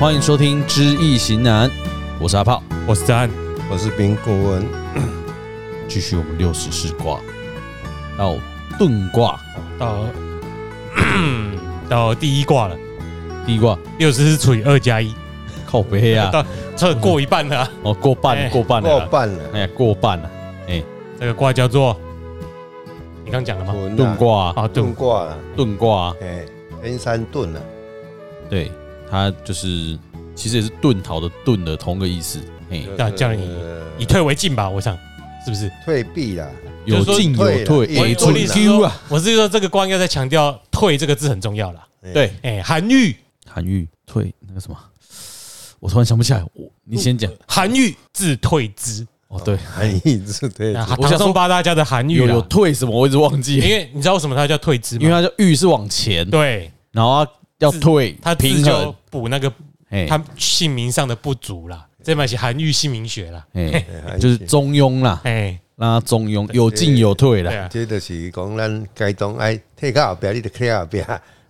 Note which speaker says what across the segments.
Speaker 1: 欢迎收听《知易行难》，我是阿炮，
Speaker 2: 我是詹，
Speaker 3: 我是冰顾问，
Speaker 1: 继续我们六十四卦到遁卦，
Speaker 2: 到到第一卦了，
Speaker 1: 第一卦
Speaker 2: 六十四除以二加一，
Speaker 1: 靠背啊，
Speaker 2: 哎到这过一半了啊、
Speaker 1: 哦过半
Speaker 2: 哎
Speaker 1: 过半了
Speaker 3: 过
Speaker 1: 啦，
Speaker 3: 半了，
Speaker 1: 哎呀过半了，
Speaker 2: 这个卦叫做你刚讲了吗？
Speaker 3: 轮
Speaker 1: 遁
Speaker 3: 啊，
Speaker 1: 卦啊
Speaker 2: 啊，
Speaker 3: 遁
Speaker 2: 对，
Speaker 3: 卦了，
Speaker 1: 遁卦啊，
Speaker 3: 哎，天山遁了，
Speaker 1: 对，它就是其实也是遁逃的遁的同个意思，哎，
Speaker 2: 那叫你
Speaker 3: 呃
Speaker 2: 以退为进吧，我想是不是？
Speaker 3: 退避啦，
Speaker 1: 有
Speaker 2: 就是说
Speaker 1: 进有
Speaker 3: 退了
Speaker 1: 退，
Speaker 3: 一
Speaker 1: 哎
Speaker 3: 也
Speaker 2: 我
Speaker 1: 出
Speaker 2: 我的意
Speaker 3: 退
Speaker 2: 思是
Speaker 1: Q
Speaker 2: 说
Speaker 1: 啊，，
Speaker 2: 我是说这个官要在强调“退”这个字很重要啦。
Speaker 3: 哎
Speaker 1: 对，
Speaker 2: 哎，韩愈，
Speaker 1: 韩愈退那个什么，我突然想不起来，我你先讲
Speaker 2: 韩愈字退之，
Speaker 1: 哦，对，
Speaker 3: 含义是对
Speaker 2: 啊
Speaker 3: 的，
Speaker 1: 我想
Speaker 2: 唐
Speaker 1: 说
Speaker 2: 宋八大家的韩愈
Speaker 1: 有有
Speaker 2: 啦。
Speaker 1: 退什么我一直忘
Speaker 2: 因
Speaker 1: 记，
Speaker 2: 为你知道为什么他叫退之
Speaker 1: 因为
Speaker 2: 吗？
Speaker 1: 它叫愈是往前，
Speaker 2: 对，
Speaker 1: 然后它要退，
Speaker 2: 他字
Speaker 1: 平衡
Speaker 2: 就，补那个
Speaker 1: 哎，
Speaker 2: 他姓名上的不足啦，这嘛是韩愈姓名学啦。
Speaker 1: 哎，
Speaker 3: 哎含义
Speaker 1: 就是中庸啦，
Speaker 2: 哎，
Speaker 1: 让它中庸，有进有退
Speaker 2: 对
Speaker 1: 啦。
Speaker 2: 啊，
Speaker 3: 这就是讲咱该当爱退到后边，你就退到后边，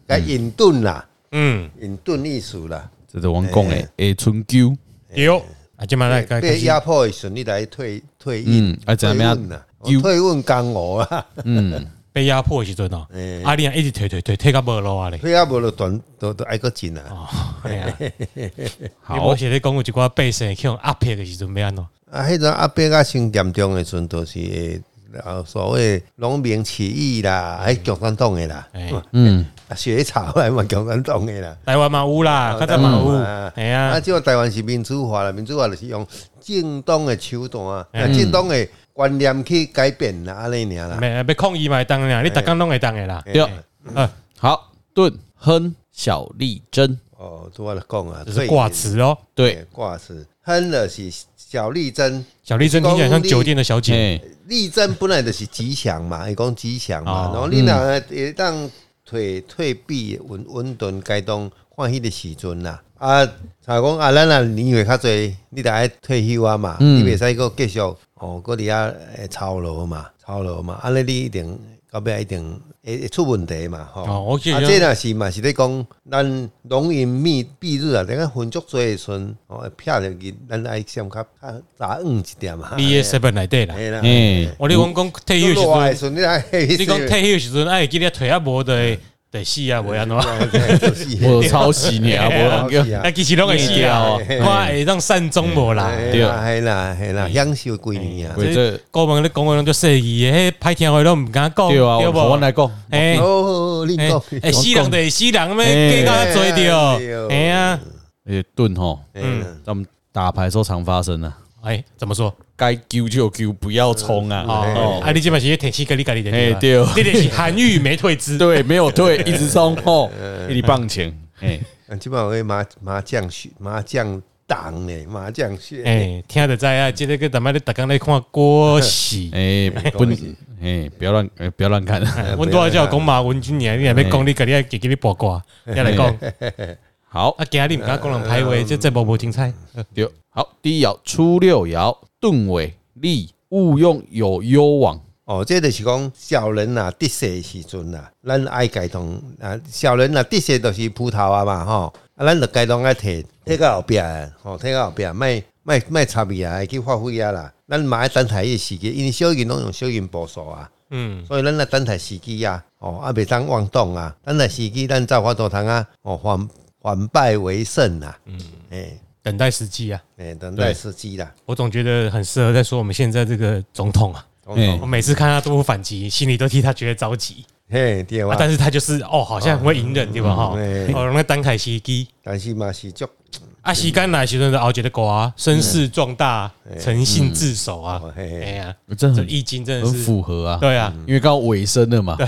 Speaker 3: 该隐遁啦，
Speaker 2: 嗯，
Speaker 3: 隐遁意思啦，
Speaker 1: 这是王讲诶，诶，春秋，
Speaker 2: 有啊，今嘛来开
Speaker 3: 被
Speaker 2: 始
Speaker 3: 压迫的时候，你来退退印，
Speaker 1: 嗯，啊，怎么
Speaker 3: 退
Speaker 1: 样
Speaker 3: 运？啦，哦
Speaker 1: 丢
Speaker 3: 退运江湖啊，
Speaker 1: 嗯，
Speaker 2: 被压迫的时阵哦，
Speaker 3: 哎
Speaker 2: 阿丽啊一直推推推推到无路啊嘞。
Speaker 3: 退啊无就断，都都爱个进啊，
Speaker 2: 哎呀， 你
Speaker 1: 好
Speaker 2: 无，是咧讲有一寡百姓去用压迫的时阵要安怎？
Speaker 3: 啊，迄阵阿伯啊，先严重的时阵，就是会啊，所谓农民起义啦，还共产党的啦，
Speaker 2: 哎，
Speaker 1: 嗯，
Speaker 3: 啊，血草来嘛，共产党的啦，
Speaker 2: 台湾嘛有啦，啊较早嘛有
Speaker 3: 嗯，
Speaker 2: 哎
Speaker 3: 啊，
Speaker 2: 呀，
Speaker 3: 即个台湾是民主化啦，民主化就是用政党的手段啊，
Speaker 2: 嗯
Speaker 3: 政党的观念去改变啦，安尼尔啦，
Speaker 2: 要要抗议嘛会当啦，你
Speaker 3: 哎
Speaker 2: 逐工拢会当的啦。
Speaker 1: 对，嗯
Speaker 2: 啊，
Speaker 1: 好，盾亨小利贞，
Speaker 3: 哦，拄我咧讲啊，
Speaker 2: 这是卦词哦。
Speaker 3: 对，
Speaker 1: 对，
Speaker 3: 哎挂词，亨了是小力争，
Speaker 2: 小丽真听起来像酒店的小姐，
Speaker 1: 哎，
Speaker 3: 力争本来就是吉祥嘛，伊讲吉祥嘛
Speaker 2: 哦，
Speaker 3: 然后你若会当退退避稳稳顿该当看迄个时阵啦。啊，查讲啊，咱若年岁较侪，你得爱退休啊嘛，
Speaker 1: 嗯
Speaker 3: 你袂使个继续哦，搁伫遐诶操劳嘛，操劳嘛，安尼你一定到尾一定会会出问题嘛，吼。
Speaker 2: 哦我记得
Speaker 3: 啊，这若是嘛是咧讲，咱农民密蔽日啊，等下分足多的时阵，哦，会劈着去，咱爱先较较早硬一点嘛。
Speaker 2: 你也 seven 内底啦。哦
Speaker 3: 嘿啦，
Speaker 1: 哎，
Speaker 2: 我你讲讲退休的
Speaker 3: 哎落
Speaker 2: 时
Speaker 3: 来的时阵，你来，
Speaker 2: 阵，你讲退休的时阵，哎，今天腿啊无得得死啊，袂安
Speaker 3: 哎
Speaker 2: 怎？
Speaker 3: Dạ,
Speaker 1: 我
Speaker 3: 我
Speaker 1: 有抄袭你啊，我
Speaker 2: 哎
Speaker 1: 有
Speaker 3: 抄袭啊哎
Speaker 2: 啊，其实拢会死啦，
Speaker 3: 嘿
Speaker 2: 看会当善终无啦。
Speaker 3: 对啦，系啦，系啦，享受几年啊
Speaker 1: 喂，这
Speaker 2: 高门咧讲话拢做细意诶，迄歹听话拢毋敢讲，
Speaker 1: 对啊，我
Speaker 2: 不
Speaker 1: 我来讲，
Speaker 2: 哎
Speaker 3: 哦，你
Speaker 2: 哎
Speaker 3: 讲，
Speaker 2: 哎，死人就是死人咩，
Speaker 1: 哎
Speaker 2: 计较遐做着，哎
Speaker 3: 哎
Speaker 2: 呀，
Speaker 1: 哎，盾吼，
Speaker 3: 嗯，
Speaker 1: 咱们打牌的时候常发生啊，
Speaker 2: 哎，怎么说？
Speaker 1: 该揪就揪，不要冲啊，
Speaker 2: 哦，啊，你即嘛是提起跟你家己的，
Speaker 1: 哎对
Speaker 2: 你就是韩愈没退资，
Speaker 1: 对，没有退，一直冲哦，一直棒前，哎，
Speaker 3: 基本上个麻麻将血麻将档呢，麻将血，
Speaker 2: 哎，听得知啊，即个个咱们咧逐工咧看郭喜，
Speaker 1: 哎，不能，哎，不要乱，哎，不要乱 看。
Speaker 2: 阮拄啊有讲马文君尔，你若要讲你家己要给给你八卦，你来讲，
Speaker 1: 好，
Speaker 2: 啊，今日你毋敢讲人歹话，
Speaker 1: 嗯
Speaker 2: 这这无无精彩，
Speaker 1: 六好，第一爻初六爻，遁尾利，勿用有攸往。
Speaker 3: 哦，这就是讲小人啊，得势的时阵啊，咱爱改动啊，小人啊，得势就是葡萄啊嘛，吼，啊，咱就该当爱摕摕到后壁，吼，摕到后壁，卖卖卖插伊啊，去发挥啊啦，咱嘛爱等待伊时机，因为小人拢用小人步数啊。
Speaker 2: 嗯，
Speaker 3: 所以咱来等待时机啊，哦，啊，袂当妄动啊，等待时机，咱才有法度通啊，哦，反反败为胜啊，嗯，诶、
Speaker 2: 等待时机啊。
Speaker 3: 诶、等待时机啦，
Speaker 2: 我总觉得很适合在说我们现在这个总统啊，
Speaker 3: 总
Speaker 1: 哎
Speaker 3: 统，
Speaker 2: 我每次看他都不反击，心里都替他觉得着急
Speaker 3: 嘿，对
Speaker 2: 啊
Speaker 3: 哇，，
Speaker 2: 但是他就是哦，好像很会隐忍对吧？哈，
Speaker 3: 嗯
Speaker 2: 哦，那单凯西基
Speaker 3: 但是嘛是足，
Speaker 2: 啊，西干来时阵的熬杰的狗啊，声势壮大，诚信自守啊
Speaker 3: 嗯，嘿嘿
Speaker 2: 哎呀，
Speaker 1: 这
Speaker 2: 这
Speaker 1: 很
Speaker 2: 易经真的
Speaker 1: 很
Speaker 2: 是
Speaker 1: 符合啊，
Speaker 2: 对啊，
Speaker 1: 因为刚刚尾声了嘛。
Speaker 2: 对，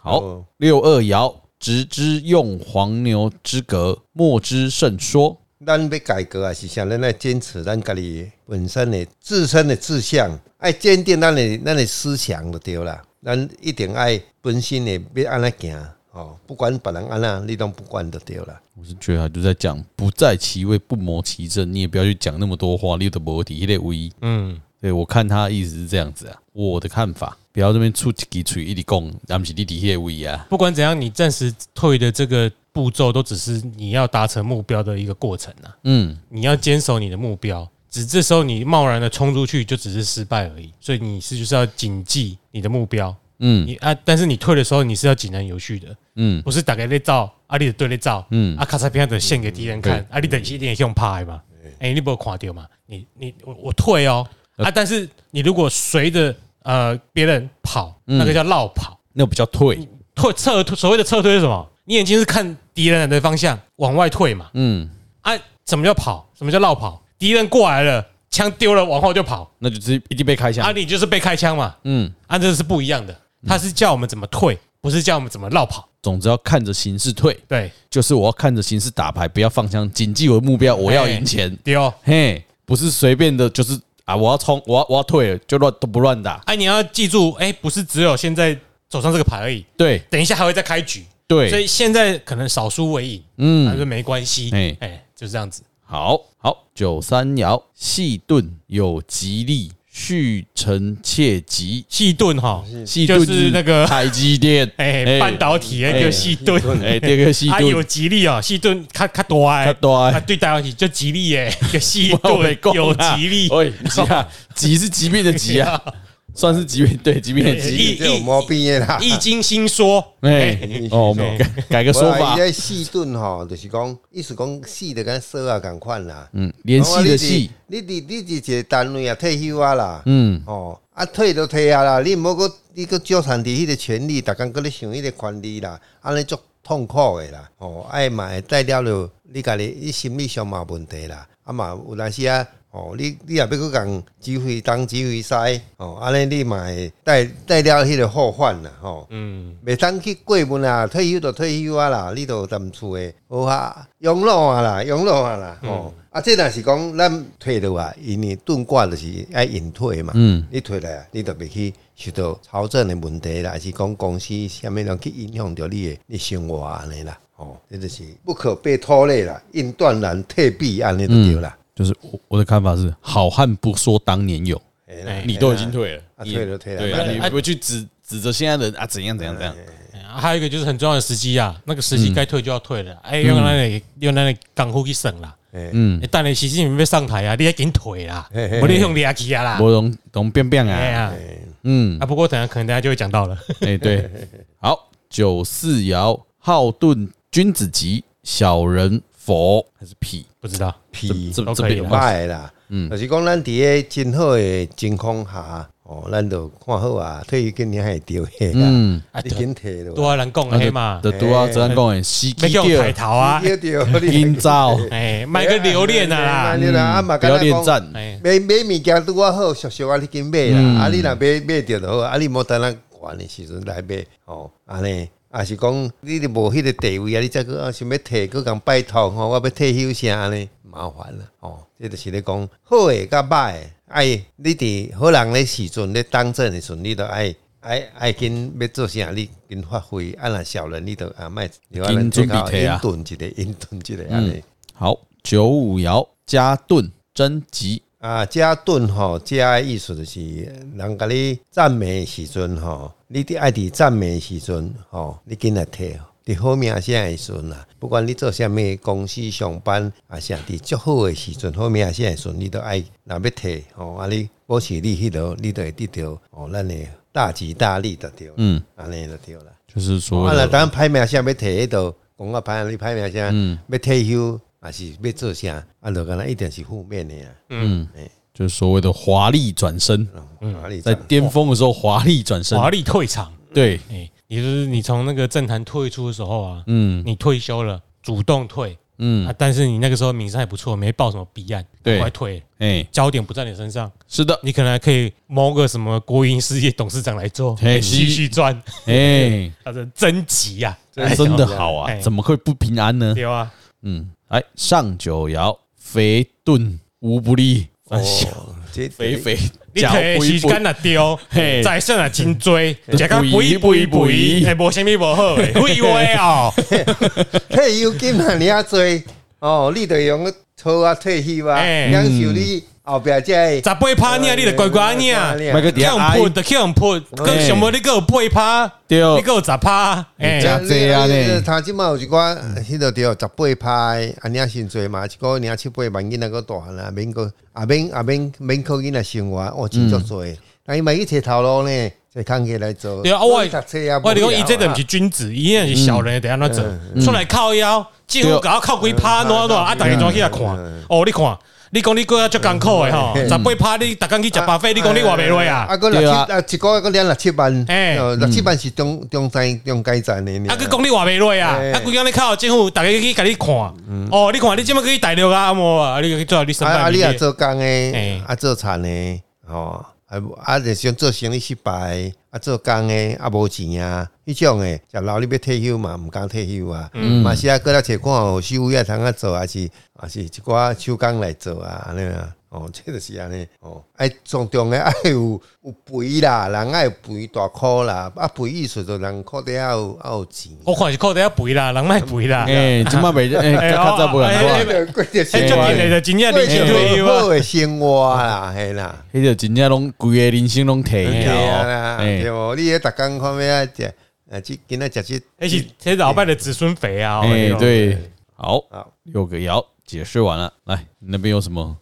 Speaker 1: 好
Speaker 3: 哦，
Speaker 1: 六二爻，直之用黄牛之格，莫之甚说。
Speaker 3: 咱要改革啊，是啥？咱来坚持咱家己本身的自身的志向，爱坚定咱的咱的思想就对啦，咱一定爱本身的要安怎行，哦，不管别人安怎，你都不管就对啦。
Speaker 1: 我是觉得他就在讲不在其位不谋其政，你也不要去讲那么多话，你的摩底一类无疑。
Speaker 2: 嗯，
Speaker 1: 对我看他意思是这样子啊，我的看法，不要这边出一支嘴一直讲，咱们是你伫迄个位啊。
Speaker 2: 不管怎样，你暂时退的这个步骤，都只是你要达成目标的一个过程啊。
Speaker 1: 嗯，
Speaker 2: 你要坚守你的目标，只这时候你贸然的冲出去，就只是失败而已。所以你是就是要谨记你的目标，
Speaker 1: 嗯
Speaker 2: 你啊，但是你退的时候你是要井然有序的，
Speaker 1: 嗯
Speaker 2: 不是打开那照，啊，你的对那照，
Speaker 1: 嗯
Speaker 2: 嗯，啊，咔嚓片的献给敌人看
Speaker 1: 对，
Speaker 2: 啊，你等一定也用拍嘛，哎、你不有看掉嘛？你你我我退哦，
Speaker 1: 呃
Speaker 2: 啊，但是你如果随着呃别人跑，
Speaker 1: 嗯
Speaker 2: 那个叫绕跑，
Speaker 1: 那不叫退。
Speaker 2: 退撤退，所谓的撤退是什么？你眼睛是看敌人的方向往外退嘛？
Speaker 1: 嗯，
Speaker 2: 啊，什么叫跑？什么叫绕跑？敌人过来了，枪丢了，往后就跑，
Speaker 1: 那就是一定被开
Speaker 2: 啊，
Speaker 1: 枪。
Speaker 2: 你就是被开枪嘛，
Speaker 1: 嗯，
Speaker 2: 啊，这是不一样的，他是叫我们怎么退，不是叫我们怎么绕跑，
Speaker 1: 总之要看着形势退，
Speaker 2: 对，
Speaker 1: 就是我要看着形势打牌，不要放枪，谨记我的目标，我要赢钱。
Speaker 2: 丢、哦。
Speaker 1: 嘿，不是随便的，就是啊，我要冲，我要我要退了，就乱都不乱打。
Speaker 2: 哎、你要记住，哎、不是只有现在手上这个牌而已，
Speaker 1: 对
Speaker 2: 等一下还会再开局，所
Speaker 1: 对，
Speaker 2: 以现在可能少输为赢，
Speaker 1: 嗯
Speaker 2: 那就没关系，哎、
Speaker 1: 哎
Speaker 2: 就是这样子。
Speaker 1: 好好，九三爻细盾有吉利，续承切吉。
Speaker 2: 细盾哈，
Speaker 1: 细
Speaker 2: 就
Speaker 1: 盾
Speaker 2: 是那个
Speaker 1: 台积电，
Speaker 2: 哎、半导体那
Speaker 1: 哎
Speaker 2: 个细盾，
Speaker 1: 哎，这个细
Speaker 2: 它有
Speaker 1: 盾，
Speaker 2: 吉利哦，细盾它它多哎，
Speaker 1: 较大的
Speaker 2: 啊对台湾是就吉利 耶，有细
Speaker 1: 我没
Speaker 2: 盾
Speaker 1: 讲啊
Speaker 2: 有吉利，
Speaker 1: 喂，吉 啊，吉是疾病的吉啊，算是疾病，对，疾病的
Speaker 2: 哎
Speaker 1: 疾。
Speaker 2: 一
Speaker 3: 这有毛病的 啦。
Speaker 2: 易经新说，
Speaker 1: 哎，哦，我们改改个说
Speaker 3: 我啊
Speaker 1: 法
Speaker 3: 伊，在细顿吼，就是讲，意思讲细的跟说啊共款啦。
Speaker 1: 嗯，联系的系，
Speaker 3: 你伫你伫一个单位啊退休啊啦，
Speaker 1: 嗯
Speaker 3: 哦，啊退都退啊啦，你毋好搁你搁纠缠伫迄个权利，逐工搁咧想迄个权利啦，安尼足痛苦的啦，哦，哎嘛会带了了，你家己你心理上嘛有问题啦，啊嘛有当时啊。哦，你你也要搁共指挥东指挥西，哦，安尼你嘛会带带了迄个后患啦，吼、
Speaker 2: 嗯，
Speaker 3: 袂当去过问啊，退休就退休啊啦，你就踮厝诶，好啊，养老啊啦，养老啊啦，吼、啊，这若是讲咱退落来，因为顿挂就是爱隐退嘛，
Speaker 1: 嗯
Speaker 3: 你退来，你就袂去受到财政的问题啦，还是讲公司啥物人去影响到你诶你生活啊安尼啦，吼、这就是不可被拖累啦，应断然退避安尼就对啦，
Speaker 1: 就是我我的看法是，好汉不说当年勇，
Speaker 3: 嘿啦
Speaker 2: 哎
Speaker 1: 你都已经退了，
Speaker 3: 啊
Speaker 1: 你
Speaker 3: 退了退了
Speaker 1: 对啊，
Speaker 2: 那
Speaker 1: 你
Speaker 2: 啊
Speaker 1: 不去指指责现在人啊，怎样怎样怎样，
Speaker 2: 啊还有一个就是很重要的时机啊，那个时
Speaker 1: 嗯
Speaker 2: 机该退就要退了，哎，用那里用那里港户去省啦，
Speaker 3: 哎
Speaker 2: 嗯，但你习近平要上台啊，你要紧退啦，我你用你阿去啊啦，
Speaker 1: 我懂懂变变
Speaker 2: 哎
Speaker 1: 啊，
Speaker 2: 呀，
Speaker 1: 嗯，
Speaker 2: 啊，不过等下可能等下就会讲到了，
Speaker 1: 哎对，好，九四爻好盾君子吉，小人佛还是痞，
Speaker 2: 不知道，
Speaker 3: 屁
Speaker 1: 这
Speaker 2: 都
Speaker 1: 这
Speaker 2: 可以
Speaker 1: 边有
Speaker 2: 啦
Speaker 1: 吗？
Speaker 3: 歹啦，嗯，就是讲咱伫个真好诶情况下，哦，咱就看好啊，退休今年还会丢诶啦，
Speaker 1: 嗯，
Speaker 2: 啊，
Speaker 3: 你紧退了
Speaker 2: 多
Speaker 3: 吧，
Speaker 2: 啊人讲黑嘛，
Speaker 1: 的多啊，只能讲诶，西
Speaker 2: 别
Speaker 1: 基
Speaker 2: 叫我抬
Speaker 1: 掉，
Speaker 2: 头啊，
Speaker 3: 丢丢，
Speaker 1: 今早
Speaker 2: 哎，卖个留恋啊啦，
Speaker 3: 你啦，啊嘛，
Speaker 1: 不要恋
Speaker 3: 敢若讲
Speaker 1: 战，
Speaker 2: 哎，
Speaker 3: 买买物件拄啊好，俗俗啊，你紧买
Speaker 1: 嗯
Speaker 3: 啦，啊，你若买买着就好，啊，你莫等咱寒诶时阵来买，哦，安尼。啊，是讲你都无迄个地位啊，你再个想要退，佮共拜托吼，我要退休啥安尼麻烦啦。哦，这就是咧讲好诶甲歹诶，哎，你伫好人咧时阵咧当政诶时阵，你都爱爱爱紧要做啥，你紧发挥。啊，若小人你都啊莫，
Speaker 1: 紧准备退啊
Speaker 3: 因顿一个，因顿一个安尼。
Speaker 1: 好，九五爻加盾贞吉，
Speaker 3: 啊，加顿吼，加的意思就是人甲你赞美的时阵吼，你伫爱伫赞美的时阵吼，你紧来摕哦。伫好名声的时阵啦，不管你做啥物公司上班，啊是啊，伫足好的时阵，好名声的时阵，你都爱若要摕吼，啊你保持你迄落，你都会得到哦，咱的大吉大利就对了，
Speaker 1: 嗯，
Speaker 3: 安尼就对啦。
Speaker 1: 就是所
Speaker 3: 啊，
Speaker 1: 谓
Speaker 3: 若
Speaker 1: 的
Speaker 3: 当歹名声要摕迄度，讲啊歹你歹名声，要退休，啊是要做啥，啊就敢若一定是负面的啊。
Speaker 1: 就是所谓的华丽转身，
Speaker 3: 哪里
Speaker 1: 嗯在
Speaker 3: 在
Speaker 1: 巅峰的时候华丽转身，
Speaker 2: 华丽退场。
Speaker 1: 对，
Speaker 2: 哎，也就是你从那个政坛退出的时候啊，
Speaker 1: 嗯
Speaker 2: 你退休了，主动退
Speaker 1: 嗯，
Speaker 2: 啊，但是你那个时候名声还不错，没报什么弊案，
Speaker 1: 对
Speaker 2: 快退，
Speaker 1: 哎，
Speaker 2: 焦点不在你身上，
Speaker 1: 是的，
Speaker 2: 你可能还可以谋个什么国营事业董事长来 做，
Speaker 1: 嘿
Speaker 2: 哎继续赚，
Speaker 1: 哎，
Speaker 2: 他的真急呀，
Speaker 1: 真的好啊，
Speaker 2: 哎
Speaker 1: 怎么会不平安呢？
Speaker 2: 对 啊，
Speaker 1: 嗯，来上九爻肥盾无不利，
Speaker 3: 哦，这
Speaker 1: 肥肥
Speaker 2: 你退
Speaker 1: 肥
Speaker 2: 时间若丢
Speaker 1: 嘿，
Speaker 2: 再剩啊真多，
Speaker 1: 肥肥肥
Speaker 2: 食到肥肥肥，哎，无啥物无好的，废话哦，
Speaker 3: 退休金啊，你啊多哦，你就用个草啊退休啊，
Speaker 2: 哎
Speaker 3: 享受你后壁这呃
Speaker 2: 十八 趴你啊，你得乖乖你啊，
Speaker 1: 麦克底
Speaker 2: 去
Speaker 1: 下
Speaker 2: 互
Speaker 1: 哀
Speaker 2: 泼，就去互泼，更想无你个有八趴，
Speaker 1: 对
Speaker 2: 你个有十趴，哎
Speaker 1: 这，样这
Speaker 3: 啊
Speaker 1: 样啊呢
Speaker 3: 他即嘛有一寡迄个着十八派，安尼啊真侪嘛，一个年七八万囡仔个大汉啊，免个啊免啊免免靠囡仔生活，哦真足
Speaker 1: 嗯
Speaker 3: 侪。但伊嘛去摕头路呢，就空起来做。
Speaker 2: 对啊，我
Speaker 3: 读册啊，
Speaker 2: 我跟你讲
Speaker 3: 无聊啊嗯
Speaker 2: 伊这都毋是君子，伊那是小人，得安怎做？出来靠腰，政府搞靠几趴，哪哪啊，逐个都
Speaker 3: 嗯
Speaker 2: 起来看。哦，你看，你讲你过啊足艰苦的吼，
Speaker 3: 嗯
Speaker 2: 十八趴你逐工去食巴菲，你讲你活袂落啊
Speaker 3: 啊，？个六七
Speaker 1: 对啊
Speaker 3: 啊，一个月个两六七万，
Speaker 2: 哎
Speaker 3: 哦六七万是中中间中间站的呢。
Speaker 2: 啊，佮讲你活袂落啊
Speaker 3: 哎！
Speaker 2: 啊，规工你靠政府，逐个去甲你看。哦，你看你即摆去大陆啊，啊无啊，你去做你身
Speaker 3: 嗯啊
Speaker 2: 败
Speaker 3: 啊，你
Speaker 2: 名
Speaker 3: 啊
Speaker 2: 裂。
Speaker 3: 做工诶
Speaker 2: 嘿，
Speaker 3: 啊做田诶，吼，啊啊就想做生意失败，啊做工诶，啊无钱啊，迄种诶，食老你要退休嘛，毋敢退休啊，嘛是啊，过来找看有收业通啊做，还是还是一寡手工来做啊，安尼啊。哦， 这就是安尼哦，哎，重重诶，爱 有有肥啦，人爱有肥大箍啦，啊肥意思就人靠底下有啊有钱，
Speaker 2: 我看是靠底下肥啦，人莫肥啦。
Speaker 3: 嗯
Speaker 1: 哎，即马袂哎，
Speaker 2: 哎
Speaker 1: 较较早无人看
Speaker 2: 哎，
Speaker 3: 过
Speaker 2: 迄
Speaker 3: 着生
Speaker 2: 足
Speaker 3: 活，
Speaker 2: 近的就真正
Speaker 3: 过
Speaker 2: 离职退休
Speaker 3: 着好
Speaker 2: 啊！
Speaker 3: 诶生活啦，嘿啦。
Speaker 1: 迄个真正拢规个人生拢
Speaker 2: 哦
Speaker 1: 退
Speaker 3: 对啊
Speaker 1: 了，
Speaker 3: 啦，
Speaker 1: 哎
Speaker 3: 对无？你迄逐工看咩啊？食啊，即今仔食即
Speaker 2: 迄是迄老板的子孙肥啊！哦
Speaker 1: 哎，，
Speaker 2: 那种
Speaker 1: 对，好，
Speaker 3: 好
Speaker 1: 六个爻解释完了，来，你那边有什么？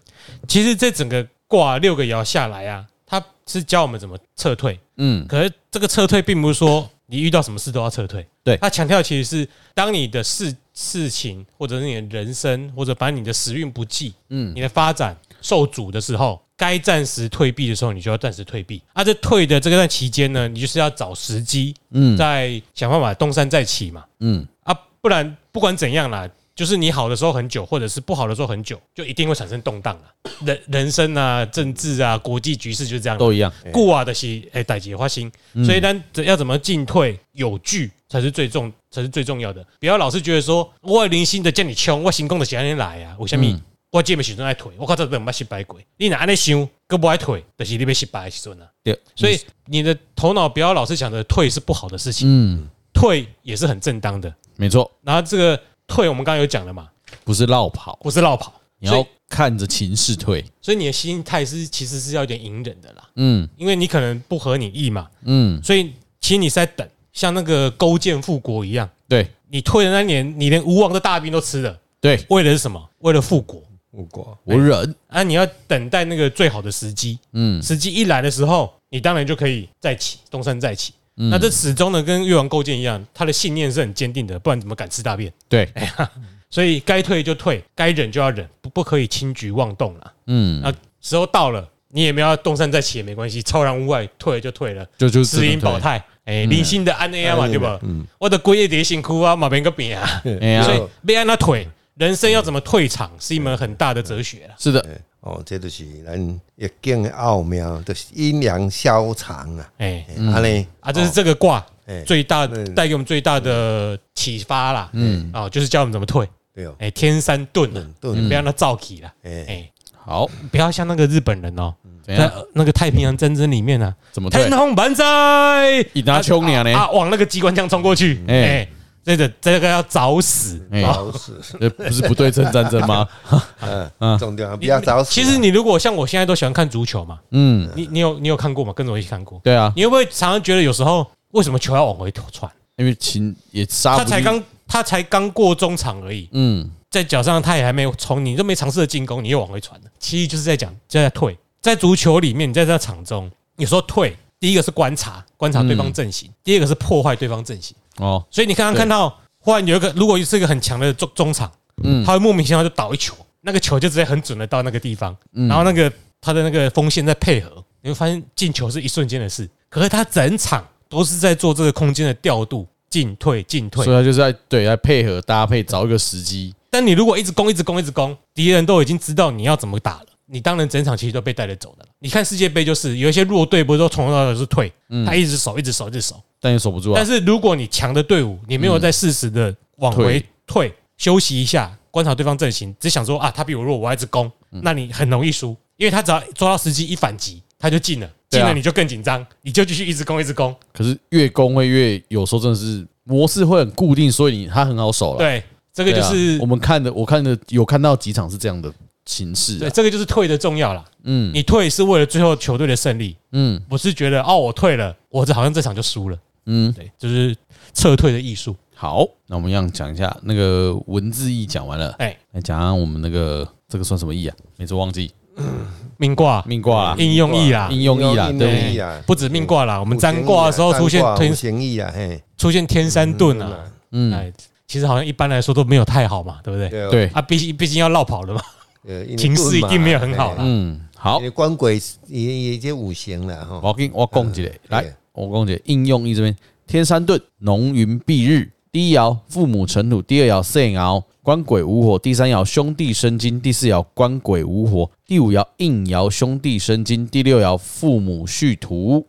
Speaker 2: 其实这整个卦六个爻下来啊，它是教我们怎么撤退。
Speaker 1: 嗯，
Speaker 2: 可是这个撤退并不是说你遇到什么事都要撤退，
Speaker 1: 对
Speaker 2: 它强调其实是当你的事事情或者是你的人生或者把你的时运不济，
Speaker 1: 嗯
Speaker 2: 嗯，你的发展受阻的时候，该暂时退避的时候，你就要暂时退避。啊，这退的这个段期间呢，你就是要找时机，
Speaker 1: 嗯
Speaker 2: 嗯，再想办法东山再起嘛，
Speaker 1: 嗯，
Speaker 2: 啊，不然不管怎样啦，就是你好的时候很久，或者是不好的时候很久，就一定会产生动荡啦。人人生啊、政治啊、国际局势就是这样啦。
Speaker 1: 都一样，
Speaker 2: 故啊的是诶，歹劫花心，
Speaker 1: 嗯
Speaker 2: 所以咱要怎么进退有据才是最重，才是最重要的。不要老是觉得说我零星的叫你冲，我行动的是安尼来啊，为什么
Speaker 1: 嗯
Speaker 2: 我这边时阵爱退，我靠，这边捌失败过。你若安尼想，搁不爱退，就是你要失败的时阵啊。
Speaker 1: 对，
Speaker 2: 所以你的头脑不要老是想着退是不好的事情，
Speaker 1: 嗯，
Speaker 2: 退也是很正当的。
Speaker 1: 没错，
Speaker 2: 然后这个退，我们刚刚有讲了嘛，
Speaker 1: 不是绕跑，
Speaker 2: 不是绕跑，
Speaker 1: 你
Speaker 2: 所以
Speaker 1: 要看着情势退，
Speaker 2: 所以你的心态是其实是要有点隐忍的啦，
Speaker 1: 嗯
Speaker 2: 因为你可能不合你意嘛，
Speaker 1: 嗯，
Speaker 2: 所以其实你是在等，像那个勾践复国一样，
Speaker 1: 对
Speaker 2: 你退的那年，你连吴王的大兵都吃了，
Speaker 1: 对，
Speaker 2: 为的是什么？为了复国
Speaker 3: 五果，
Speaker 1: 我忍，
Speaker 2: 啊！你要等待那个最好的时机，
Speaker 1: 嗯
Speaker 2: 时机一来的时候，你当然就可以再起，东山再起。
Speaker 1: 嗯
Speaker 2: 那这始终呢，跟越王勾践一样，他的信念是很坚定的，不然怎么敢吃大便？
Speaker 1: 对，
Speaker 2: 所以该退就退，该忍就要忍，不不可以轻举妄动了。
Speaker 1: 嗯，
Speaker 2: 啊，时候到了，你也没有要东山再起也没关系，超然物外，退了就退了。
Speaker 1: 就就
Speaker 2: 石
Speaker 1: 是
Speaker 2: 英宝泰，哎、零星的安 A 啊嘛，对吧？
Speaker 3: 嗯
Speaker 2: 我的规业得辛苦啊，马边个饼啊，
Speaker 1: 哎呀
Speaker 2: 所，以被安那腿，人生要怎么退场，是一门很大的哲学啊啦。
Speaker 1: 是的，
Speaker 3: 哦，这就是咱易经的奥妙，就是阴阳消长啊，
Speaker 2: 哎、
Speaker 3: 安尼
Speaker 2: 啊，这是这个卦
Speaker 3: 哎
Speaker 2: 最大
Speaker 3: 嗯
Speaker 2: 带给我们最大的启发啦。嗯，啊，就是教我们怎么退。
Speaker 3: 对哦，
Speaker 2: 哎、天山遁啊，
Speaker 3: 对，
Speaker 2: 不要让它燥起啦。哎、
Speaker 3: 哎，
Speaker 1: 好，
Speaker 2: 不要像那个日本人哦，
Speaker 3: 嗯
Speaker 1: 怎
Speaker 2: 在
Speaker 1: 样？
Speaker 2: 呃那个太平洋战争里面呢、啊，
Speaker 1: 啊怎么退
Speaker 2: 天？空万载，
Speaker 1: 一拿冲你啊嘞
Speaker 2: 啊，往那个机关枪冲过去，
Speaker 1: 哎
Speaker 2: 哎、这个这个要早死。
Speaker 1: 哎，
Speaker 3: 早 死，
Speaker 1: 这不是不对称战争 吗？
Speaker 3: 嗯，重点不要早死啊。
Speaker 2: 其实你如果像我现在都喜欢看足球嘛，
Speaker 1: 嗯，
Speaker 2: 你你有你有看过吗？跟着我一起看过。
Speaker 1: 对啊，
Speaker 2: 你会不会常常觉得有时候为什么球要往回传？
Speaker 1: 因为情也杀
Speaker 2: 他
Speaker 1: 啊不
Speaker 2: 才
Speaker 1: 进，
Speaker 2: 刚他才刚过中场而已，
Speaker 1: 嗯，
Speaker 2: 在脚上他也还没有从你都没尝试的进攻，你又往回传了。其实就是在讲就在退，在足球里面，你在这场中，有时候退，第一个是观察观察
Speaker 1: 嗯
Speaker 2: 对方阵型，第二个是破坏对方阵型。
Speaker 1: 哦，
Speaker 2: 所以你刚刚看到忽然有一个，如果是一个很强的中中场，
Speaker 1: 嗯
Speaker 2: 他会莫名其妙就倒一球，那个球就直接很准的到那个地方，
Speaker 1: 嗯
Speaker 2: 然后那个他的那个锋线在配合，你会发现进球是一瞬间的事，可是他整场都是在做这个空间的调度，进退进
Speaker 1: 所
Speaker 2: 退
Speaker 1: 以。他就是在对在配合搭配找一个时机，
Speaker 2: 但你如果一直攻一直攻一直攻，敌人都已经知道你要怎么打了。你当然整场其实都被带着走的了。你看世界杯就是有一些弱队，不是都从头到尾是退，
Speaker 1: 嗯
Speaker 2: 他一直守，一直守，一直守。
Speaker 1: 但也守不住啊
Speaker 2: 但。是如果你强的队伍，你没有在适时的往
Speaker 1: 嗯
Speaker 2: 回退、休息一下，观察对方阵型，只想说啊，他比我弱，我要一直攻，
Speaker 1: 嗯
Speaker 2: 那你很容易输，因为他只要抓到时机一反击，他就进了，
Speaker 1: 对
Speaker 2: 进
Speaker 1: 啊
Speaker 2: 了你就更紧张，你就继续一直攻，一直攻。
Speaker 1: 可是越攻会越有时候真的是模式会很固定，所以你他很好守了。
Speaker 2: 对，这个就
Speaker 1: 对啊
Speaker 2: 是
Speaker 1: 我们看的，我看的有看到几场是这样的形式
Speaker 2: 对，
Speaker 1: 啊。
Speaker 2: 这个就是退的重要啦。
Speaker 1: 嗯
Speaker 2: 你退是为了最后球队的胜利，
Speaker 1: 嗯
Speaker 2: 不是觉得哦，我退了，我这好像这场就输了。
Speaker 1: 嗯，
Speaker 2: 对，就是撤退的艺术。
Speaker 1: 好，那我们一样讲一下那个文字义讲完了，
Speaker 2: 哎，
Speaker 1: 来讲讲我们那个这个算什么义啊？每次忘记
Speaker 2: 命卦、啊
Speaker 1: 命卦啦，
Speaker 2: 应用易啦，
Speaker 1: 应用义啦，
Speaker 3: 嗯应
Speaker 1: 对
Speaker 3: 用
Speaker 1: 不
Speaker 3: 义
Speaker 1: 对？
Speaker 3: 啊，
Speaker 2: 不止命卦
Speaker 1: 嗯
Speaker 2: 啦，我们占卦的时候出现天
Speaker 3: 天行义啊，嘿，
Speaker 2: 出现天山遁啊，
Speaker 1: 嗯，
Speaker 2: 哎，其实好像一般来说都没有太好嘛，对不对？
Speaker 3: 对哦
Speaker 1: 对，
Speaker 2: 啊，毕竟毕竟要绕跑了嘛，
Speaker 3: 呃
Speaker 2: 情势一定没有很好啦。
Speaker 1: 嗯，好
Speaker 3: 因，为官鬼也也就五行了哈，
Speaker 1: 我跟我讲一个，来
Speaker 3: 对，
Speaker 1: 我讲一个应用义这边，天山遁，浓云蔽日。第一爻父母尘土，第二爻肾爻官鬼无火，第三爻兄弟生金，第四爻官鬼无火，第五爻应爻兄弟生金，第六爻父母续土。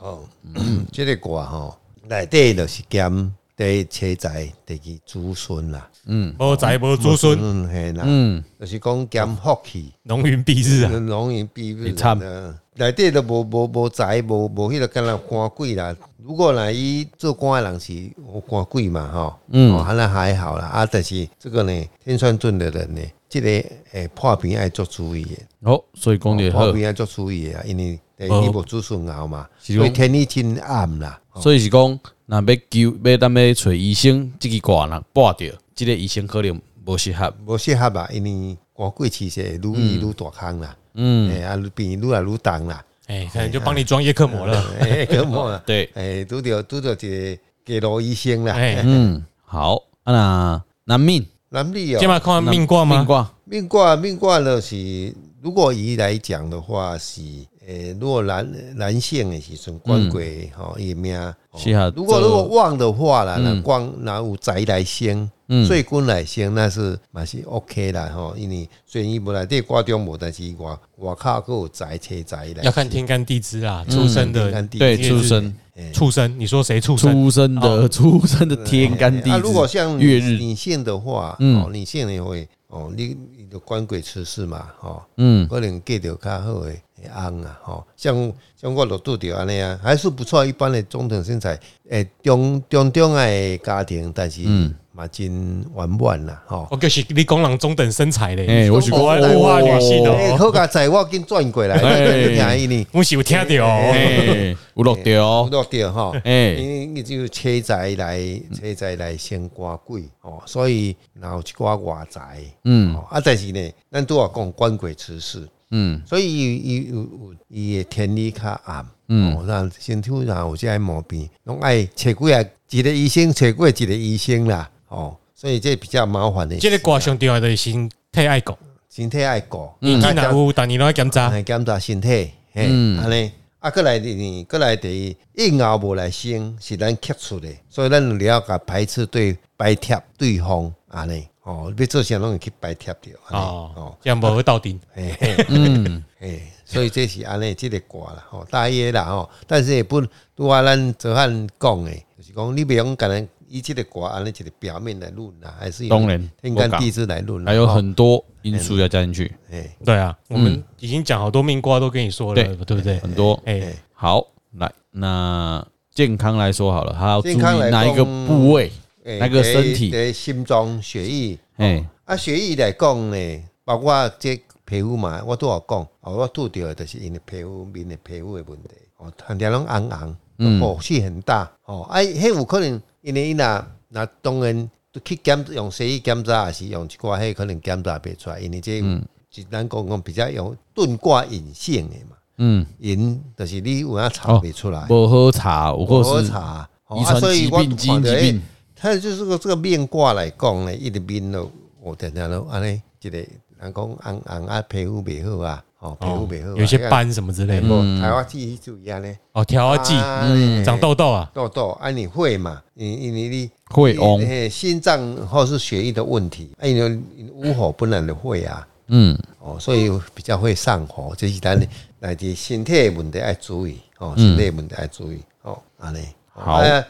Speaker 3: 哦， 嗯这个卦吼，内底就是兼第一车财，第二子孙啦，
Speaker 2: 无仔无子孙，
Speaker 3: 嗯嘿啦，
Speaker 1: 嗯，
Speaker 3: 就是讲兼福气，
Speaker 2: 浓云蔽日啊，
Speaker 3: 容易避
Speaker 1: 你
Speaker 3: 免
Speaker 1: 惨
Speaker 3: 的。嗯内底都无无无财，无无迄个干那官鬼啦。如果来伊做官的人是有官鬼嘛吼，
Speaker 1: 嗯
Speaker 3: 哦，那还好啦。啊，但是这个呢，天算遁的人呢，这个诶破病爱做注意的。
Speaker 1: 好，所以讲的嗯
Speaker 3: 我
Speaker 1: 哦好
Speaker 3: 不，要做注意啊，因为第一
Speaker 2: 哦
Speaker 3: 无子孙熬嘛，
Speaker 1: 是
Speaker 3: 所以
Speaker 1: 讲
Speaker 3: 天气真暗啦。哦
Speaker 1: 所以是讲，若要求要咱要找医生，这个卦若挂掉，这个医生可能无适合。
Speaker 3: 无适合啊，因为光鬼其实会愈医愈大坑啦，
Speaker 1: 嗯，
Speaker 3: 哎啊病愈来愈重啦，
Speaker 2: 哎，可能就帮你装叶克膜了。
Speaker 3: 哎，咁啊，
Speaker 1: 对，
Speaker 3: 哎，拄着拄着一个给路医生啦，
Speaker 2: 哎，
Speaker 1: 嗯，好，啊那男命
Speaker 3: 男女
Speaker 2: 今
Speaker 3: 哦，
Speaker 2: 晚看啊命卦
Speaker 1: 命
Speaker 2: 吗？
Speaker 1: 嗯卦，
Speaker 3: 命卦命卦就是，如果以来讲的话是，诶，如果男男性的时阵，官
Speaker 1: 嗯
Speaker 3: 鬼吼伊命，哦
Speaker 1: 是啊
Speaker 3: 如果
Speaker 1: 这
Speaker 3: 如果旺的话啦，那光那有宅来生。
Speaker 1: 嗯，
Speaker 3: 最近来先，那是嘛是 OK 啦吼，因为虽然伊无内底挂中无，但是伊外外口佫有宅车宅
Speaker 2: 要
Speaker 3: 啦，
Speaker 2: 看天干地支
Speaker 1: 嗯
Speaker 2: 啦，出生
Speaker 3: 天
Speaker 2: 的
Speaker 3: 干地
Speaker 1: 对
Speaker 3: 支
Speaker 1: 出生
Speaker 2: 畜生，你说谁畜生？
Speaker 1: 出生哦的出生的天干地
Speaker 3: 啊，
Speaker 1: 支，
Speaker 3: 如果像
Speaker 1: 月日，
Speaker 3: 女性的话，
Speaker 1: 嗯
Speaker 3: 哦，女性也会哦，你你的官鬼出世嘛，吼，
Speaker 1: 嗯
Speaker 3: 可能嫁着较好诶翁啊，吼，像像我都拄着安尼啊，还是不错，一般的中等身材，诶，中中中诶家庭，但是
Speaker 1: 嗯
Speaker 3: 嘛真圆满啦，吼。
Speaker 2: 我哦就是你工人中等身材嘞，
Speaker 1: 哎我是
Speaker 2: 说我物化女性的
Speaker 3: 诶，好佳仔，我已经转过来，
Speaker 1: 哎
Speaker 3: 你听伊呢。
Speaker 2: 我是有听到哦。
Speaker 1: 哎，有落 掉，
Speaker 3: 落掉吼，
Speaker 1: 哎，
Speaker 3: 因为就车载来车载来先官鬼哦，所以然后一寡外财
Speaker 1: 嗯
Speaker 3: 哦啊，但是呢，咱都要讲官鬼出世，
Speaker 1: 嗯
Speaker 3: 所以伊伊有有伊的天理较暗。
Speaker 1: 嗯，
Speaker 3: 哦，那身体上有这些毛病，拢爱找几啊一个医生，找过一个医生啦，哦，所以这比较麻烦的。
Speaker 2: 这个卦上重要的是身体爱狗，
Speaker 3: 身体爱顾，
Speaker 2: 你
Speaker 3: 啊
Speaker 2: 囡仔有，但你拢要检查。
Speaker 1: 哎
Speaker 3: 来检查身体，嘿，
Speaker 1: 啊嗯
Speaker 3: 安尼、啊，过来呢，过来第一，硬熬无来生是咱刻出的，所以咱了甲排斥对排斥对方安尼，哦，要做啥拢会去排斥掉，
Speaker 1: 哎
Speaker 3: 安尼
Speaker 2: 哦，，这样无到顶。
Speaker 3: 嘿嘿
Speaker 1: 嗯
Speaker 3: 嘿，所以这是安尼，即个卦啦，吼，大约啦，吼，但是也不拄啊，咱泽汉讲的，就是讲你袂用干咱以即个卦安尼一个表面来论啦，还是有
Speaker 1: 当然
Speaker 3: 天干
Speaker 1: 我讲
Speaker 3: 地支来论啦，
Speaker 1: 还有
Speaker 3: 吼，
Speaker 1: 很多因素要加进去，
Speaker 3: 嘿，
Speaker 2: 对啊，我们已经讲好多命卦都跟你说了，对不
Speaker 3: 哦
Speaker 2: 对？
Speaker 1: 很多。
Speaker 2: 哎，
Speaker 1: 好，来，那健康来说好了，还要注意
Speaker 3: 健康来
Speaker 1: 哪一个
Speaker 3: 讲
Speaker 1: 部位？
Speaker 3: 嘿
Speaker 1: 那个身体
Speaker 3: 第一第一心脏血液。
Speaker 1: 哎，
Speaker 3: 啊，血液来讲呢，包括这皮肤嘛，我都有讲，哦，我拄着的就是因为皮肤面的皮肤的问题，哦，常常拢红红，
Speaker 1: 嗯
Speaker 3: 火气很大，哦，啊，迄有可能因为伊若若当然去检用西医检查，还是用一寡迄可能检查袂出来，因为这有
Speaker 1: 嗯
Speaker 3: 一咱讲讲比较用钝卦隐性的嘛，
Speaker 1: 嗯，
Speaker 3: 隐就是你有影查
Speaker 1: 哦
Speaker 3: 袂出来，
Speaker 1: 不喝茶，我
Speaker 3: 无
Speaker 1: 或
Speaker 3: 好
Speaker 1: 是
Speaker 3: 查，哦
Speaker 1: 遗
Speaker 3: 啊
Speaker 1: 传
Speaker 3: 所以
Speaker 1: 疾
Speaker 3: 我
Speaker 1: 病、基因
Speaker 3: 看到
Speaker 1: 疾
Speaker 3: 那
Speaker 1: 病，
Speaker 3: 它就是个这个面卦来讲呢，伊直面咯，我定定咯，安尼一个人讲红红啊，皮肤袂好啊，哦，皮肤
Speaker 2: 哦
Speaker 3: 袂好啊，
Speaker 2: 有一些斑嗯什么之类
Speaker 3: 那
Speaker 2: 的。
Speaker 3: 个，无台湾记忆就一样呢，
Speaker 2: 哦，调啊剂
Speaker 3: 嗯
Speaker 2: 长痘痘啊，
Speaker 3: 痘痘啊，你会嘛？因因为你
Speaker 1: 会
Speaker 3: 你
Speaker 1: 红，
Speaker 3: 嘿心脏或是血液的问题，哎，你你无火不能的会啊，
Speaker 1: 嗯
Speaker 3: 哦，所以比较会上火，这是咱的乃至身体的问题要注意哦，身体的问题要注意哦，安尼
Speaker 1: 嗯好
Speaker 3: 啊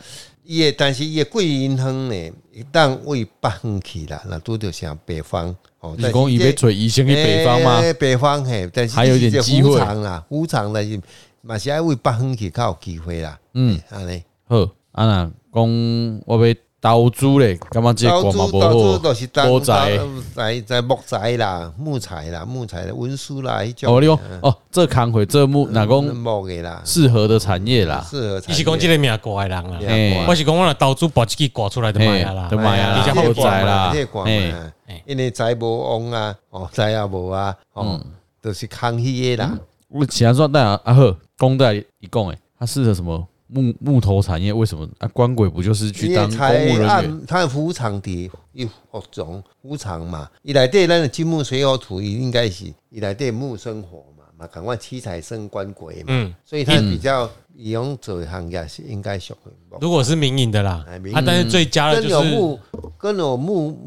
Speaker 3: 伊诶，但是伊诶桂林乡呢，一旦为北方去啦，那拄着像北方哦，
Speaker 1: 你讲伊要
Speaker 3: 吹
Speaker 1: 嘴医生去北方吗？
Speaker 3: 哎北方嘿，但是
Speaker 1: 还有一点
Speaker 3: 这是
Speaker 1: 机会
Speaker 3: 湖场啦，湖场但是嘛是爱为北方去较有机会啦，
Speaker 1: 嗯，
Speaker 3: 安尼
Speaker 1: 好，啊那讲我要投资咧，感觉这个
Speaker 3: 到
Speaker 1: 光嘛
Speaker 3: 处
Speaker 1: 不
Speaker 3: 到处
Speaker 1: 好
Speaker 3: 都是当
Speaker 1: 古宅
Speaker 3: 当在在木材啦、木材啦、木材啦、文书啦，迄种
Speaker 1: 哦，你讲哦，这工会这木哪讲
Speaker 3: 木的啦，
Speaker 1: 适合的产业啦？
Speaker 3: 适合产
Speaker 2: 伊
Speaker 3: 业。哎
Speaker 2: 是讲即个命挂的人啦，
Speaker 1: 嘿
Speaker 2: 我是讲我若投资把即支挂出来就卖啊啦
Speaker 1: 嘿，就买啊啦
Speaker 2: 比较
Speaker 3: 这
Speaker 2: 好
Speaker 1: 好
Speaker 3: 个
Speaker 2: 赚
Speaker 1: 宅
Speaker 3: 管
Speaker 1: 啦
Speaker 3: 嘛这个管嘛
Speaker 2: 嘿
Speaker 3: 因为财无旺啊，哦，财也无啊，哦，都是康熙的啦。
Speaker 1: 我其他说，但啊啊呵，公代一共诶，它适合什么木木头产业？为什么啊？官鬼不就是去
Speaker 3: 因
Speaker 1: 当公
Speaker 3: 为才
Speaker 1: 务人员？
Speaker 3: 按他的服务场地有服种服务场嘛，伊内底咱的金木水火土，伊应该是伊内底木生火嘛，嘛赶快七彩生官鬼嘛，
Speaker 2: 嗯，
Speaker 3: 所以他比较伊用做的行业是应该属于木。
Speaker 2: 如果是民营的啦
Speaker 3: 哎民，营
Speaker 2: 啊，但是最佳的
Speaker 3: 跟
Speaker 2: 就
Speaker 3: 有
Speaker 2: 是，
Speaker 3: 木跟有木木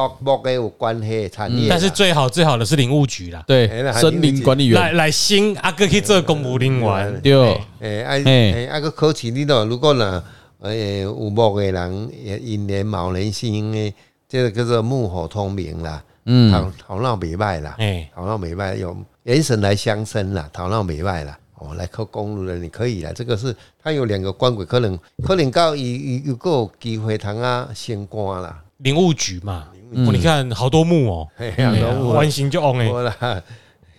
Speaker 3: 木木的有关系的产业啦，
Speaker 2: 但是最好最好的是林务局啦，
Speaker 1: 对
Speaker 3: 嘿啦，
Speaker 1: 森林管理
Speaker 2: 来
Speaker 1: 员
Speaker 2: 来新啊，哥去做公务人员，
Speaker 1: 对，
Speaker 3: 诶，
Speaker 1: 嘿
Speaker 3: 哎哎，啊个考试你咯，如果若诶有木的人，也因年卯年生的，这个叫做木火通明啦，
Speaker 1: 嗯，
Speaker 3: 头头脑袂歹啦，
Speaker 2: 哎，
Speaker 3: 头脑袂歹，用元神来相生啦，头脑袂歹啦。哦，来考公路了，你可以啦。这个是他有两个官鬼，可能可能到伊有有机会通啊升官啦，
Speaker 2: 林务局嘛，哦你看好多木哦，
Speaker 3: 嘿呀，
Speaker 2: 哎呀
Speaker 3: 拢有
Speaker 2: 完形就 on 哎，
Speaker 3: 多啦，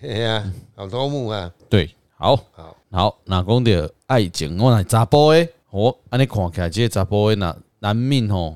Speaker 3: 哎呀，好多木啊，
Speaker 1: 对，好
Speaker 3: 好，
Speaker 1: 好，那讲到爱情，我来查甫诶，我安尼看起来，这个查甫诶那难免吼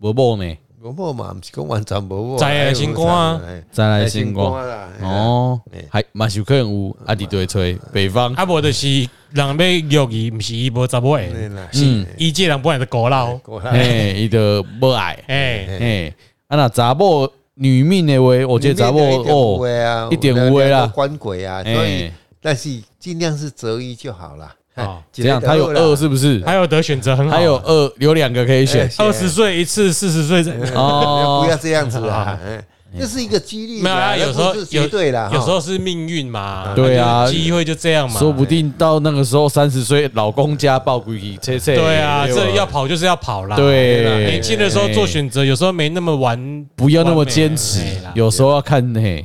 Speaker 1: 无某呢，
Speaker 3: 无某嘛，毋是讲完全无某，
Speaker 2: 知啊升官啊
Speaker 3: 哎，
Speaker 1: 再来
Speaker 3: 来
Speaker 1: 星
Speaker 3: 升
Speaker 1: 光
Speaker 3: 官啦，哎呀
Speaker 1: 哦
Speaker 3: 嘿，
Speaker 1: 还嘛是有可能有啊，伫对吹北方，
Speaker 2: 啊，无就是人要约伊，毋是伊无查某
Speaker 3: 对
Speaker 2: 缘，
Speaker 3: 啦，
Speaker 2: 是伊这人本来就古老，
Speaker 3: 果然，
Speaker 1: 嘿，伊就无爱，
Speaker 2: 哎，
Speaker 1: 嘿，啊那查某女命诶话，我觉得查某哦，
Speaker 3: 哦
Speaker 1: 一点五位啦
Speaker 3: 官鬼啊，所以
Speaker 1: 哎，
Speaker 3: 但是尽量是择一就好啦。
Speaker 2: 哦
Speaker 3: 几
Speaker 1: 这
Speaker 3: 个
Speaker 1: 样
Speaker 3: 得
Speaker 1: 他有
Speaker 3: 啦
Speaker 1: 二是不是？
Speaker 2: 还有得选择很好啊，
Speaker 1: 还有二有两个可以选
Speaker 3: 哎是
Speaker 2: 二十岁一次，四十岁再
Speaker 1: 哦
Speaker 3: 不要这样子啦，哎这是一个几率啦，
Speaker 2: 没有啊，
Speaker 3: 那
Speaker 2: 有时候
Speaker 3: 不是
Speaker 2: 有
Speaker 3: 绝对啦，
Speaker 2: 有时
Speaker 3: 哈
Speaker 2: 候是命运嘛，
Speaker 1: 对啊
Speaker 2: 那就是机会就这样嘛，
Speaker 1: 说不定到那个时候三十岁，老公家暴鬼去切切。
Speaker 2: 对啊，这要跑就是要跑啦，，
Speaker 1: 对哎
Speaker 2: 年轻的时候做选择，有时候没那么完，
Speaker 1: 不要那么坚持
Speaker 2: 完美啊哎啦，
Speaker 1: 有时候要看嘿，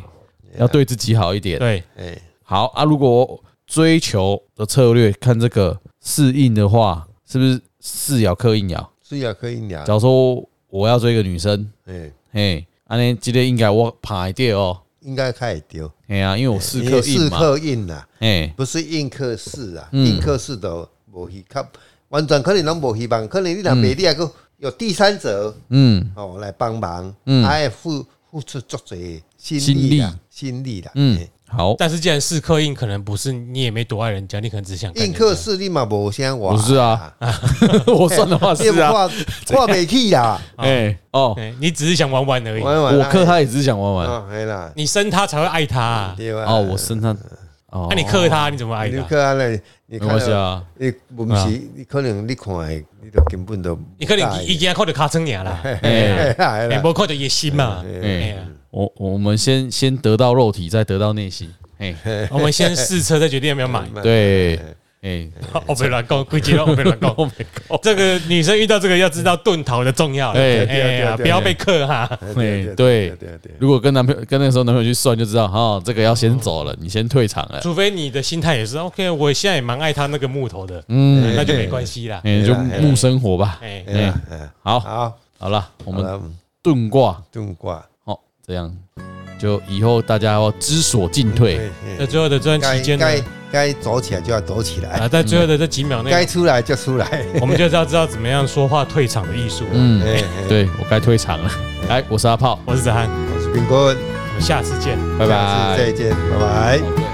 Speaker 1: 要对自己好一点。
Speaker 2: 对，
Speaker 3: 哎，
Speaker 1: 好啊，如果追求的策略看这个适应的话，是不是四咬克硬咬？
Speaker 3: 所以也可以聊
Speaker 1: 假，如说我要追一个女生，
Speaker 3: 哎，
Speaker 1: 嘿，安尼今天应该我拍掉哦，
Speaker 3: 应该开始丢，
Speaker 1: 嘿啊，因为我四
Speaker 3: 你
Speaker 1: 克
Speaker 3: 四
Speaker 1: 硬嘛，
Speaker 3: 克印啦，
Speaker 1: 嘿，
Speaker 3: 不是印克式啊，
Speaker 1: 嗯
Speaker 3: 印克式都无希望，完全可能拢无希望，可能你若卖你还佫有第三者
Speaker 1: 嗯
Speaker 3: 哦来帮忙，
Speaker 1: 嗯
Speaker 3: 还要付付出足侪心力啦，心力啦，
Speaker 1: 嗯
Speaker 3: 哎，
Speaker 1: 好，
Speaker 2: 但是既然是刻印，可能不是你也没多爱人家，你可能只想干
Speaker 3: 印
Speaker 2: 人家
Speaker 3: 克式你嘛无啥话，
Speaker 1: 不是啊， 我算的话是
Speaker 3: 你
Speaker 1: 啊，
Speaker 3: 跨跨袂起啦，
Speaker 1: 哎哦，
Speaker 2: 对你只是想玩玩而已，
Speaker 3: 玩完
Speaker 1: 我
Speaker 3: 啦
Speaker 1: 克他也只是想玩玩。
Speaker 2: 哦
Speaker 3: 啊，哎啦，
Speaker 2: 你生他才会爱他啊，
Speaker 3: 对哦吧？
Speaker 1: 哦，我身上哦，
Speaker 2: 呃那你克他你怎么爱
Speaker 3: 你
Speaker 2: 他？
Speaker 3: 看安尼，你
Speaker 1: 没
Speaker 3: 看
Speaker 1: 关系
Speaker 3: 到
Speaker 1: 啊，
Speaker 3: 你毋
Speaker 1: 啊
Speaker 3: 是，你可能你看的，你都根本都不
Speaker 2: 你可
Speaker 3: 大
Speaker 2: 能
Speaker 3: 意
Speaker 2: 已经靠着卡成你啦，
Speaker 1: 哎
Speaker 3: 哎啦哎
Speaker 2: 也
Speaker 3: 啦
Speaker 2: 不靠着野心嘛。哎
Speaker 1: 哎，
Speaker 2: 呀
Speaker 1: 我我们先先得到肉体，再得到内心，哎，
Speaker 2: 我们先试车再决定要不要买。
Speaker 1: 对，哎，
Speaker 2: 我被乱讲，估计我被乱 讲，我被这个女生遇到这个要知道遁逃的重要，
Speaker 1: 哎
Speaker 2: 哎
Speaker 3: 对对
Speaker 2: 呀，
Speaker 3: 对
Speaker 2: 不要被克哈。
Speaker 3: 哎
Speaker 1: 哎，
Speaker 3: 对
Speaker 1: 对
Speaker 3: 对对，
Speaker 1: 如果跟男朋友跟那个时候男朋友去算，就知道哈，这个要先走了，你先退场了，
Speaker 2: 除非你的心态也是哦 OK，我现在也蛮爱他那个木头的，
Speaker 1: 嗯，
Speaker 2: 那就没关系啦。
Speaker 1: 哎，就木生活吧，
Speaker 2: 哎，
Speaker 3: 哎啦哎
Speaker 1: 好，
Speaker 3: 好，
Speaker 1: 好了，我
Speaker 3: 我
Speaker 1: 们
Speaker 3: 们
Speaker 1: 遁卦，
Speaker 3: 动卦，
Speaker 1: 好，这样就以后大家要知所进退，
Speaker 3: 哎
Speaker 2: 在最后的这段
Speaker 3: 该
Speaker 2: 期间呢，
Speaker 3: 该该走起来就要走起来，
Speaker 2: 啊，在最后的这几秒
Speaker 3: 该
Speaker 2: 内，
Speaker 3: 出来就出来，
Speaker 2: 我们就是要知道怎么样说话退场的艺术。
Speaker 1: 嗯，
Speaker 3: 哎， 哎
Speaker 1: 对我该退场了，来，我是阿炮，
Speaker 2: 我是子涵，
Speaker 3: 我是苹果，
Speaker 2: 我们下次见。
Speaker 1: 拜
Speaker 3: 下
Speaker 1: 拜
Speaker 3: 次再。见，拜拜。
Speaker 1: 哦对